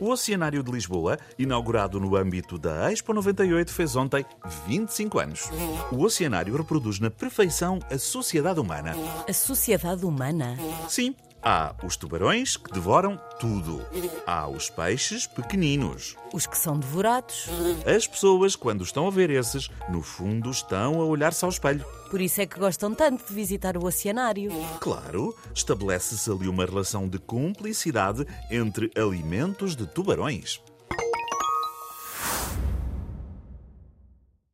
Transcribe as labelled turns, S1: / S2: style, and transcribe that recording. S1: O Oceanário de Lisboa, inaugurado no âmbito da Expo 98, fez ontem 25 anos. O Oceanário reproduz na perfeição a sociedade humana.
S2: A sociedade humana.
S1: Sim, há os tubarões que devoram tudo. Há os peixes pequeninos.
S2: Os que são devorados.
S1: As pessoas, quando estão a ver esses, no fundo estão a olhar-se ao espelho.
S2: Por isso é que gostam tanto de visitar o oceanário.
S1: Claro, estabelece-se ali uma relação de cumplicidade entre alimentos de tubarões.